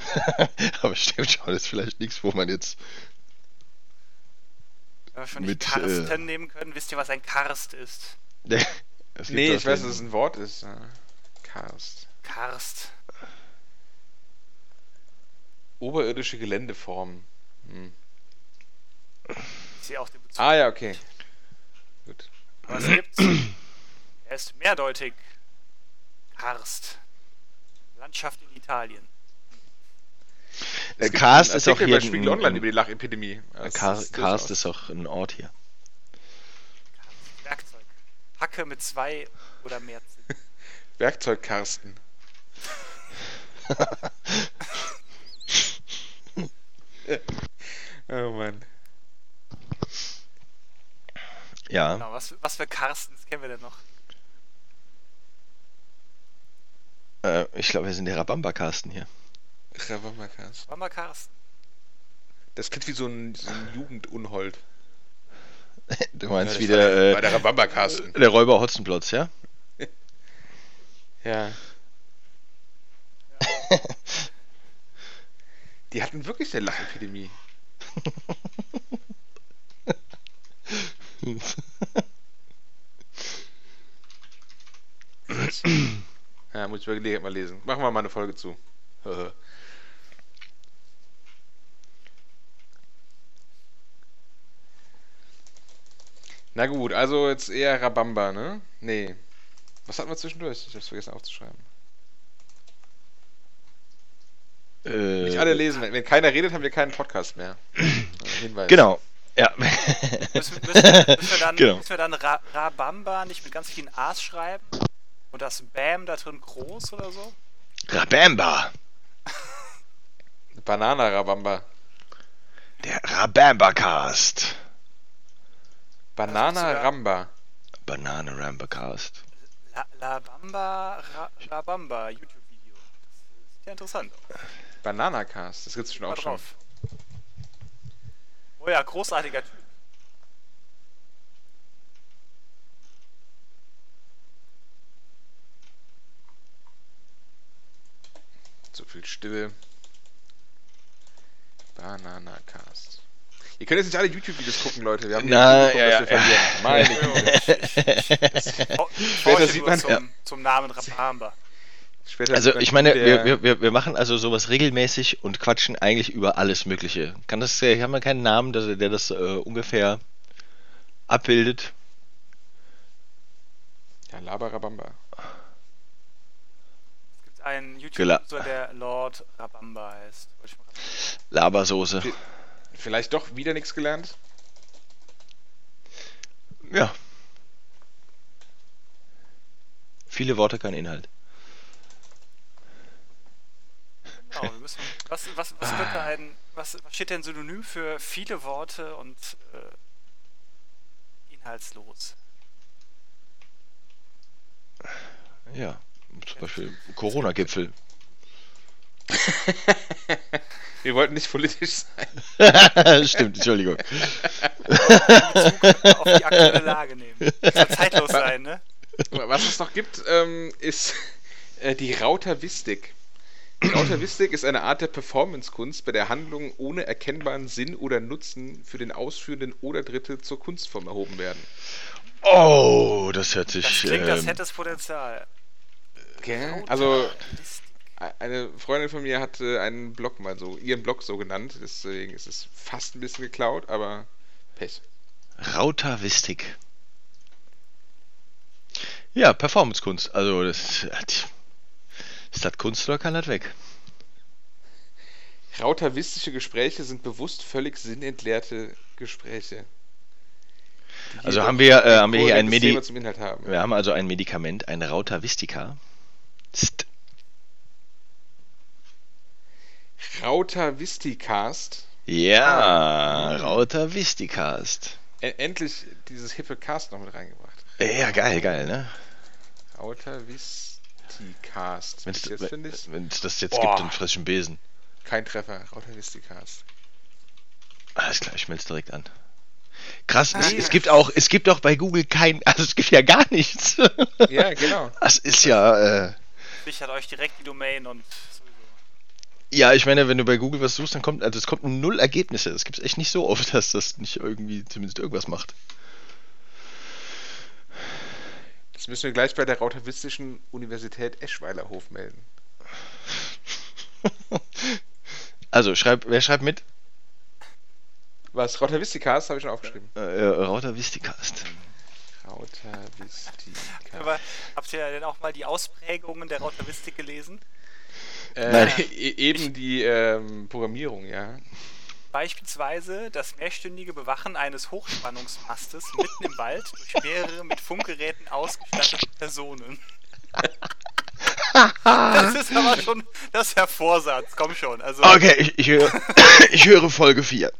Speaker 3: Aber stimmt schon, das ist vielleicht nichts, wo man jetzt.
Speaker 2: Wenn wir schon nicht
Speaker 3: mit,
Speaker 2: Karsten
Speaker 3: äh,
Speaker 2: nehmen können, wisst ihr, was ein Karst ist?
Speaker 3: Es gibt
Speaker 1: Nee,
Speaker 3: doch
Speaker 1: ich weiß,
Speaker 3: den-
Speaker 1: dass es ein Wort ist. Ja. Karst.
Speaker 2: Karst.
Speaker 1: Oberirdische Geländeformen. Hm.
Speaker 2: Ich sehe auch den Bezug.
Speaker 1: Ah ja, okay. Gut.
Speaker 2: Aber es gibt. Er ist mehrdeutig. Karst. Landschaft in Italien.
Speaker 3: Äh,
Speaker 1: Es gibt
Speaker 3: Karst
Speaker 1: einen
Speaker 3: ist auch
Speaker 1: Artikel
Speaker 3: hier.
Speaker 1: bei Spiegel
Speaker 3: ein-
Speaker 1: Online über die Lachepidemie. Das
Speaker 3: Kar
Speaker 1: ist
Speaker 3: Karst
Speaker 1: durchaus-
Speaker 3: ist auch ein Ort hier.
Speaker 2: Karst. Werkzeug. Hacke mit zwei oder mehr Zinn.
Speaker 1: Werkzeugkarsten. oh Mann.
Speaker 3: Ja.
Speaker 2: Genau, was, was für Carstens kennen wir denn noch?
Speaker 3: Äh, ich glaube, wir sind der Rabamba-Carsten hier.
Speaker 1: Rabambakas.
Speaker 2: War mal Carsten.
Speaker 1: Das klingt wie so ein, so ein Jugendunhold.
Speaker 3: Du meinst
Speaker 1: Bei
Speaker 3: wieder
Speaker 1: der
Speaker 3: äh,
Speaker 1: Rabambakasten.
Speaker 3: der Räuber Hotzenplotz, ja?
Speaker 1: Ja. Die hatten wirklich eine Lachepidemie. Ja, muss ich bei Gelegenheit mal lesen. Machen wir mal eine Folge zu. Na gut, also jetzt eher Rabamba, ne? Nee. Was hatten wir zwischendurch? Ich hab's vergessen aufzuschreiben.
Speaker 3: Äh,
Speaker 1: Nicht alle lesen. Wenn, wenn keiner redet, haben wir keinen Podcast mehr. Äh, Hinweis.
Speaker 3: Genau. Ja.
Speaker 2: Müssen, müssen, müssen wir dann,
Speaker 3: Genau.
Speaker 2: müssen wir dann Ra Rabamba nicht mit ganz vielen A's schreiben? Und das Bam da drin groß oder so?
Speaker 3: Rabamba.
Speaker 1: Banana Rabamba.
Speaker 3: Der Rabamba-Cast.
Speaker 1: Banana
Speaker 2: sogar-
Speaker 1: Ramba.
Speaker 3: Banane Ramba-Cast.
Speaker 2: La, La Bamba, Ra, La Bamba, YouTube-Video. Das ist ja interessant.
Speaker 1: Banana Cast. Das gibt's schon
Speaker 2: Mal
Speaker 1: auch schon.
Speaker 2: drauf. Oh ja, großartiger Typ.
Speaker 1: So viel Stille. Banana Cast. Ihr könnt jetzt nicht alle YouTube-Videos gucken, Leute. Wir haben die
Speaker 3: Na,
Speaker 1: Info bekommen,
Speaker 3: ja,
Speaker 1: dass wir
Speaker 3: ja, ja.
Speaker 1: verlieren. Meine Güte.
Speaker 2: Oh, ich
Speaker 1: Später
Speaker 2: forsche
Speaker 1: sieht
Speaker 2: nur
Speaker 1: man-
Speaker 2: zum,
Speaker 3: ja.
Speaker 2: zum Namen Rabamba.
Speaker 1: Später
Speaker 3: Also
Speaker 1: sieht man
Speaker 3: ich meine,
Speaker 1: der-
Speaker 3: wir, wir- wir, wir machen also sowas regelmäßig und quatschen eigentlich über alles Mögliche. Kann das, äh, haben wir keinen Namen, der, der das äh, ungefähr abbildet?
Speaker 1: Ja, Labarabamba.
Speaker 2: Es gibt einen
Speaker 3: Gela-
Speaker 2: YouTube-User, der Lord Rabamba heißt. Wollte ich mal gerade sagen.
Speaker 3: Labersoße.
Speaker 1: Vielleicht doch wieder nichts gelernt?
Speaker 3: Ja. Viele Worte, kein Inhalt.
Speaker 2: Genau, wir müssen, was, was, was, könnte ein, was, was steht denn Synonym für viele Worte und äh, inhaltslos?
Speaker 3: Ja. Zum Beispiel Corona-Gipfel.
Speaker 1: Wir wollten nicht politisch sein.
Speaker 3: Stimmt, Entschuldigung.
Speaker 2: Auf die aktuelle Lage nehmen. Das soll zeitlos sein, ne?
Speaker 1: Was es noch gibt, ähm, ist äh, die Rautavistik. Die Rautavistik ist eine Art der Performancekunst, bei der Handlungen ohne erkennbaren Sinn oder Nutzen für den Ausführenden oder Dritte zur Kunstform erhoben werden.
Speaker 3: Oh, das hört
Speaker 2: Das
Speaker 3: sich.
Speaker 2: klingt, das
Speaker 3: ähm,
Speaker 2: hätte das Potenzial.
Speaker 1: Also
Speaker 2: Mist.
Speaker 1: eine Freundin von mir hat äh, einen Blog mal so, ihren Blog so genannt, deswegen ist es fast ein bisschen geklaut, aber Pech.
Speaker 3: Rautavistik. Ja, Performance-Kunst. Also, das hat. Ist das Kunst oder kann das weg?
Speaker 1: Rautavistische Gespräche sind bewusst völlig sinnentleerte Gespräche. die
Speaker 3: Also
Speaker 1: jedoch
Speaker 3: haben wir, äh, haben wir hier ein
Speaker 1: kohärentes
Speaker 3: Medi
Speaker 1: Thema zum Inhalt haben.
Speaker 3: wir haben also ein Medikament, ein Rautavistika. St.
Speaker 1: Rautavisticast.
Speaker 3: Ja, Rautavistikast.
Speaker 1: E- Endlich dieses hippe Cast noch mit reingebracht.
Speaker 3: Ja, geil, geil, ne?
Speaker 1: Rautavisticast.
Speaker 3: Wenn
Speaker 1: Bis Jetzt finde ich
Speaker 3: es das jetzt
Speaker 1: Boah.
Speaker 3: gibt in frischen Besen.
Speaker 1: kein Treffer. Rautavisticast.
Speaker 3: Alles Ah, klar, ich schmelze direkt an. Krass, es, es gibt auch, es gibt auch bei Google kein, also es gibt ja gar nichts.
Speaker 1: Ja, genau.
Speaker 3: Das ist ja, äh,
Speaker 2: sichert euch direkt die Domain und sowieso.
Speaker 3: ja, ich meine, wenn du bei Google was suchst, dann kommt, also es kommt null Ergebnisse. Das gibt's echt nicht so oft, dass das nicht irgendwie zumindest irgendwas macht.
Speaker 1: Das müssen wir gleich bei der Rautavistischen Universität Eschweilerhof melden.
Speaker 3: Also schreib, wer schreibt mit?
Speaker 1: Was? Rautavisticast habe ich schon aufgeschrieben.
Speaker 3: Äh, äh, Rautavistikast.
Speaker 2: Aber
Speaker 1: Rautavisticast.
Speaker 2: habt ihr denn auch mal die Ausprägungen der Rautavistik gelesen?
Speaker 1: Äh,
Speaker 3: Nein.
Speaker 1: e- Eben die ähm, Programmierung, ja.
Speaker 2: Beispielsweise das mehrstündige Bewachen eines Hochspannungsmastes mitten im Wald durch mehrere mit Funkgeräten ausgestattete Personen. Das ist aber schon das ist der Vorsatz, komm schon. Also
Speaker 3: Okay, ich, ich, höre, ich höre Folge 4.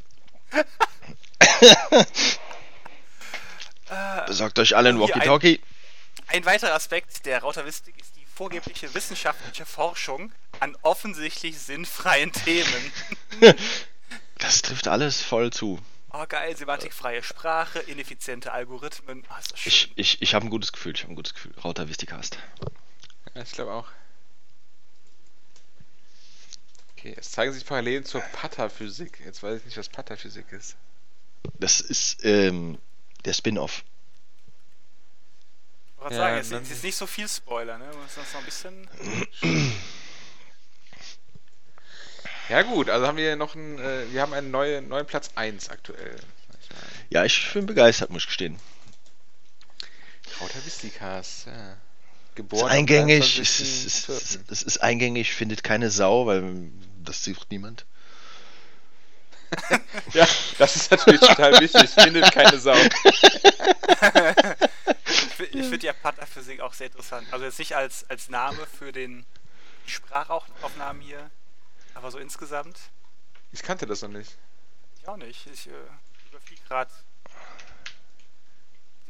Speaker 3: Besorgt euch alle ein
Speaker 2: Hier, ein-
Speaker 3: Walkie-Talkie.
Speaker 2: Ein weiterer Aspekt der Rautavistik ist die vorgebliche wissenschaftliche Forschung an offensichtlich sinnfreien Themen.
Speaker 3: Das trifft alles voll zu.
Speaker 2: Oh geil, semantikfreie Sprache, ineffiziente Algorithmen. Ah, ist das schön.
Speaker 3: Ich, ich, ich habe ein gutes Gefühl. Ich habe ein gutes Gefühl. Rauter Wistikast.
Speaker 1: Ja, ich glaube auch. Okay, es zeigen sich Parallelen zur Pataphysik. Jetzt weiß ich nicht, was Pataphysik ist.
Speaker 3: Das ist ähm, der Spin-off.
Speaker 2: Ich wollte
Speaker 1: Ja,
Speaker 2: sagen, es
Speaker 1: dann-
Speaker 2: ist jetzt nicht so viel Spoiler, ne? Wir müssen uns noch ein bisschen.
Speaker 1: Ja gut, also haben wir noch einen, äh, wir haben einen neuen, neuen Platz 1 aktuell.
Speaker 3: Ja, ich bin begeistert, muss ich gestehen.
Speaker 1: Krauter Vistikas, ja.
Speaker 3: Es ist
Speaker 1: Geboren. am
Speaker 3: eingängig. Es ist, es,
Speaker 1: 23.04..
Speaker 3: ist, es ist eingängig, findet keine Sau, weil das sucht niemand.
Speaker 1: Ja, das ist natürlich total wichtig. Findet keine Sau.
Speaker 2: Ich, fi- ich finde ja Pataphysik auch sehr interessant. Also jetzt nicht als, als Name für den die Sprachaufnahmen hier, aber so insgesamt.
Speaker 1: Ich kannte das noch nicht.
Speaker 2: Ich auch nicht. Ich äh, überfliege gerade.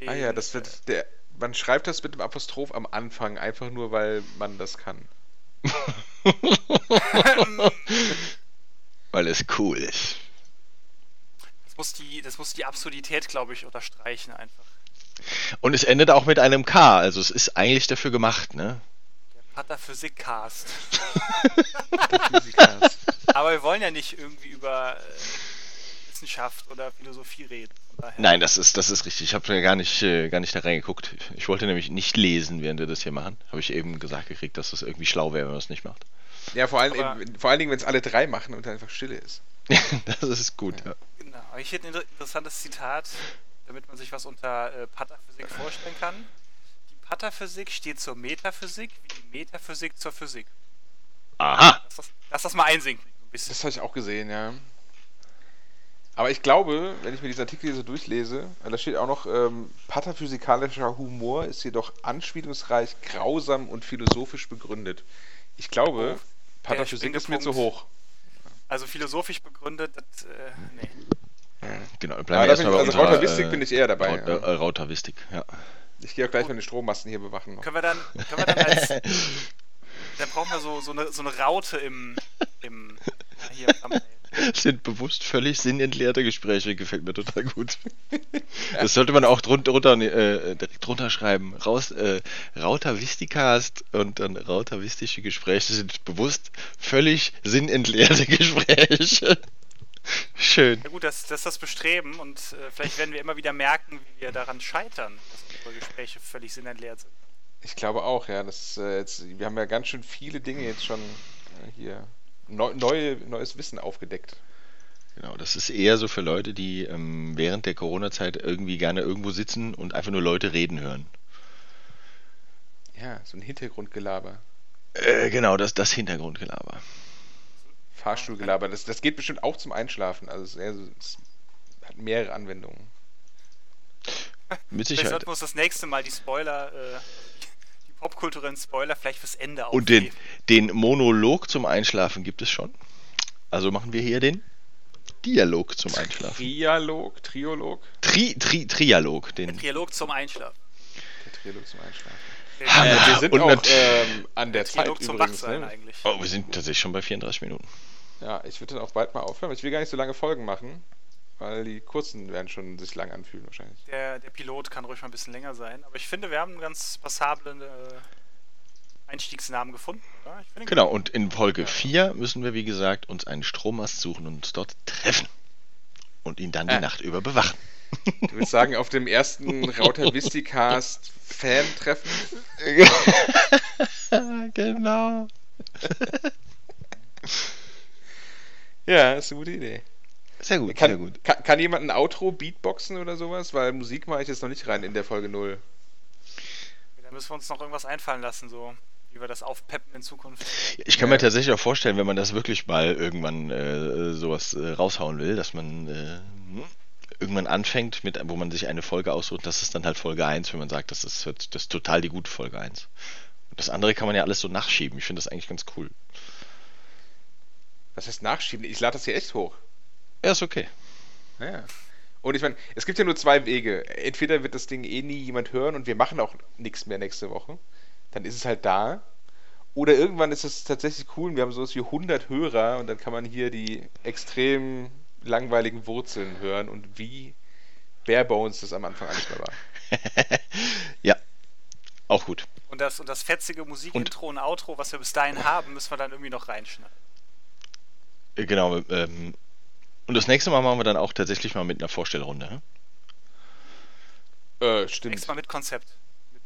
Speaker 1: Ah ja, das wird der. Man schreibt das mit dem Apostroph am Anfang, einfach nur weil man das kann.
Speaker 3: Weil es cool ist.
Speaker 2: Das muss die, das muss die Absurdität, glaube ich, unterstreichen einfach.
Speaker 3: Und es endet auch mit einem K. Also es ist eigentlich dafür gemacht, ne?
Speaker 2: Der Pataphysik-Cast.
Speaker 1: Physikas.
Speaker 2: Aber wir wollen ja nicht irgendwie über äh, Wissenschaft oder Philosophie reden. Von daher.
Speaker 3: Nein, das ist, das ist richtig. Ich habe gar nicht, äh, gar nicht da reingeguckt. Ich wollte nämlich nicht lesen, während wir das hier machen. Habe ich eben gesagt gekriegt, dass das irgendwie schlau wäre, wenn man es nicht macht.
Speaker 1: Ja, vor, allem,
Speaker 2: Aber-
Speaker 1: eben, vor allen Dingen, wenn es alle drei machen und dann einfach Stille ist.
Speaker 3: das ist gut. Ja.
Speaker 2: Genau. Aber Hier steht ein inter- interessantes Zitat, damit man sich was unter äh, Pataphysik vorstellen kann. Die Pataphysik steht zur Metaphysik, wie die Metaphysik zur Physik.
Speaker 3: Aha.
Speaker 2: Lass das, lass das mal einsinken. So ein bisschen.
Speaker 1: Das habe ich auch gesehen, ja. Aber ich glaube, wenn ich mir diesen Artikel hier so durchlese, äh, da steht auch noch, ähm, pataphysikalischer Humor ist jedoch anspielungsreich, grausam und philosophisch begründet. Ich glaube, Pataphysik ist mir zu
Speaker 2: springende
Speaker 1: hoch.
Speaker 2: Also philosophisch begründet, das, äh, nee.
Speaker 3: Genau,
Speaker 1: Ah,
Speaker 3: bleiben wir
Speaker 1: da bin ich,
Speaker 3: erstmal
Speaker 1: also
Speaker 3: bei unserer,
Speaker 1: Rautavistik
Speaker 3: äh,
Speaker 1: bin ich eher dabei.
Speaker 3: Raut,
Speaker 1: ja.
Speaker 3: äh, Rautavistik, ja.
Speaker 1: Ich gehe auch gleich meine Strommasten hier bewachen. Noch.
Speaker 2: Können wir dann, können wir dann als. Dann brauchen wir so, so, eine, so eine Raute im. im ja, hier im Thumbnail.
Speaker 3: Sind bewusst völlig sinnentleerte Gespräche, gefällt mir total gut. Das sollte man auch drun- drunter, äh, direkt drunter schreiben. Raus, äh, Rautavistikast und dann Rautavistische Gespräche sind bewusst völlig sinnentleerte Gespräche. Schön.
Speaker 2: Ja, gut, das, das ist das Bestreben und äh, vielleicht werden wir immer wieder merken, wie wir daran scheitern, dass unsere Gespräche völlig sinnentleert sind.
Speaker 1: Ich glaube auch, ja. Das, ist, äh, jetzt, wir haben ja ganz schön viele Dinge jetzt schon äh, hier. Neu, neue, neues Wissen aufgedeckt.
Speaker 3: Genau, das ist eher so für Leute, die ähm, während der Corona-Zeit irgendwie gerne irgendwo sitzen und einfach nur Leute reden hören.
Speaker 1: Ja, so ein Hintergrundgelaber.
Speaker 3: Äh, genau, das, das Hintergrundgelaber.
Speaker 1: Fahrstuhlgelaber. Das, das geht bestimmt auch zum Einschlafen. Also es, ist eher so- es hat mehrere Anwendungen.
Speaker 3: Mit
Speaker 2: Vielleicht
Speaker 3: Sicherheit.
Speaker 2: sollten wir uns das nächste Mal die Spoiler, äh, die popkulturellen Spoiler vielleicht fürs Ende
Speaker 3: Und den, den Monolog zum Einschlafen gibt es schon. Also machen wir hier den Dialog zum Einschlafen.
Speaker 1: Trialog, Triolog.
Speaker 3: Tri, tri, Trialog. Den
Speaker 2: Dialog zum Einschlafen.
Speaker 1: Der Trialog zum Einschlafen.
Speaker 3: Hammer.
Speaker 1: Äh, wir sind
Speaker 3: Und
Speaker 1: auch
Speaker 3: nat-
Speaker 1: ähm, an der Zeit
Speaker 2: Dialog zum
Speaker 1: übrigens.
Speaker 2: Wachsein
Speaker 1: Ne?
Speaker 2: eigentlich.
Speaker 3: oh, wir sind tatsächlich schon bei 34 Minuten.
Speaker 1: Ja, ich würde dann auch bald mal aufhören. weil Ich will gar nicht so lange Folgen machen, weil die kurzen werden schon sich lang anfühlen wahrscheinlich.
Speaker 2: Der, der Pilot kann ruhig mal ein bisschen länger sein, aber ich finde, wir haben einen ganz passablen äh, Einstiegsnamen gefunden. Oder? Ich finde,
Speaker 3: Genau, und in Folge 4 müssen wir, wie gesagt, uns einen Strommast suchen und uns dort treffen. Und ihn dann die
Speaker 1: Ah.
Speaker 3: Nacht über bewachen.
Speaker 1: Ich würde sagen, auf dem ersten Rauter Visticast Fan-Treffen.
Speaker 3: genau.
Speaker 1: Ja, ist eine gute Idee.
Speaker 3: Sehr gut, sehr
Speaker 1: Kann,
Speaker 3: gut.
Speaker 1: kann, kann jemand ein Outro beatboxen oder sowas? Weil Musik mache ich jetzt noch nicht rein in der Folge 0.
Speaker 2: da müssen wir uns noch irgendwas einfallen lassen, so wie wir das aufpeppen in Zukunft.
Speaker 3: Ich kann mir tatsächlich auch vorstellen, wenn man das wirklich mal irgendwann äh, sowas äh, raushauen will, dass man äh, irgendwann anfängt, mit, wo man sich eine Folge aussucht, das ist dann halt Folge 1, wenn man sagt, das ist, das ist total die gute Folge 1. Und das andere kann man ja alles so nachschieben. Ich finde das eigentlich ganz cool.
Speaker 1: Was heißt nachschieben? Ich lade das hier echt hoch.
Speaker 3: Ja, ist okay.
Speaker 1: Ja. Und ich meine, es gibt ja nur zwei Wege. Entweder wird das Ding eh nie jemand hören und wir machen auch nichts mehr nächste Woche. Dann ist es halt da. Oder irgendwann ist es tatsächlich cool und wir haben sowas wie 100 Hörer und dann kann man hier die extrem langweiligen Wurzeln hören und wie barebones das am Anfang alles mal war.
Speaker 3: ja, auch gut.
Speaker 2: Und das, und das fetzige Musikintro und, Outro, was wir bis dahin haben, müssen wir dann irgendwie noch reinschneiden.
Speaker 3: Genau. Ähm, und das nächste Mal machen wir dann auch tatsächlich mal mit einer Vorstellrunde.
Speaker 1: Äh, stimmt.
Speaker 2: Nächstes Mal mit Konzept. Mit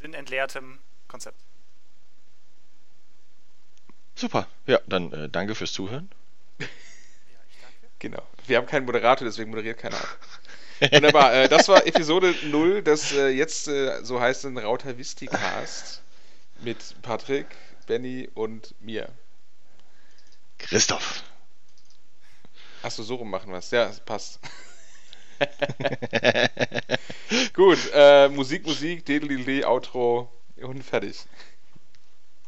Speaker 2: sinnentleertem Konzept.
Speaker 3: Super. Ja, dann äh, danke fürs Zuhören.
Speaker 2: Ja, ich danke.
Speaker 1: Genau. Wir haben keinen Moderator, deswegen moderiert keiner. Wunderbar. Äh, das war Episode 0, das äh, jetzt äh, so heißt ein Rautavisti-Cast mit Patrick, Benny und mir.
Speaker 3: Christoph.
Speaker 1: Achso, so rum machen wir es. Ja, es passt. Gut, äh, Musik, Musik, Dedel, Outro und fertig.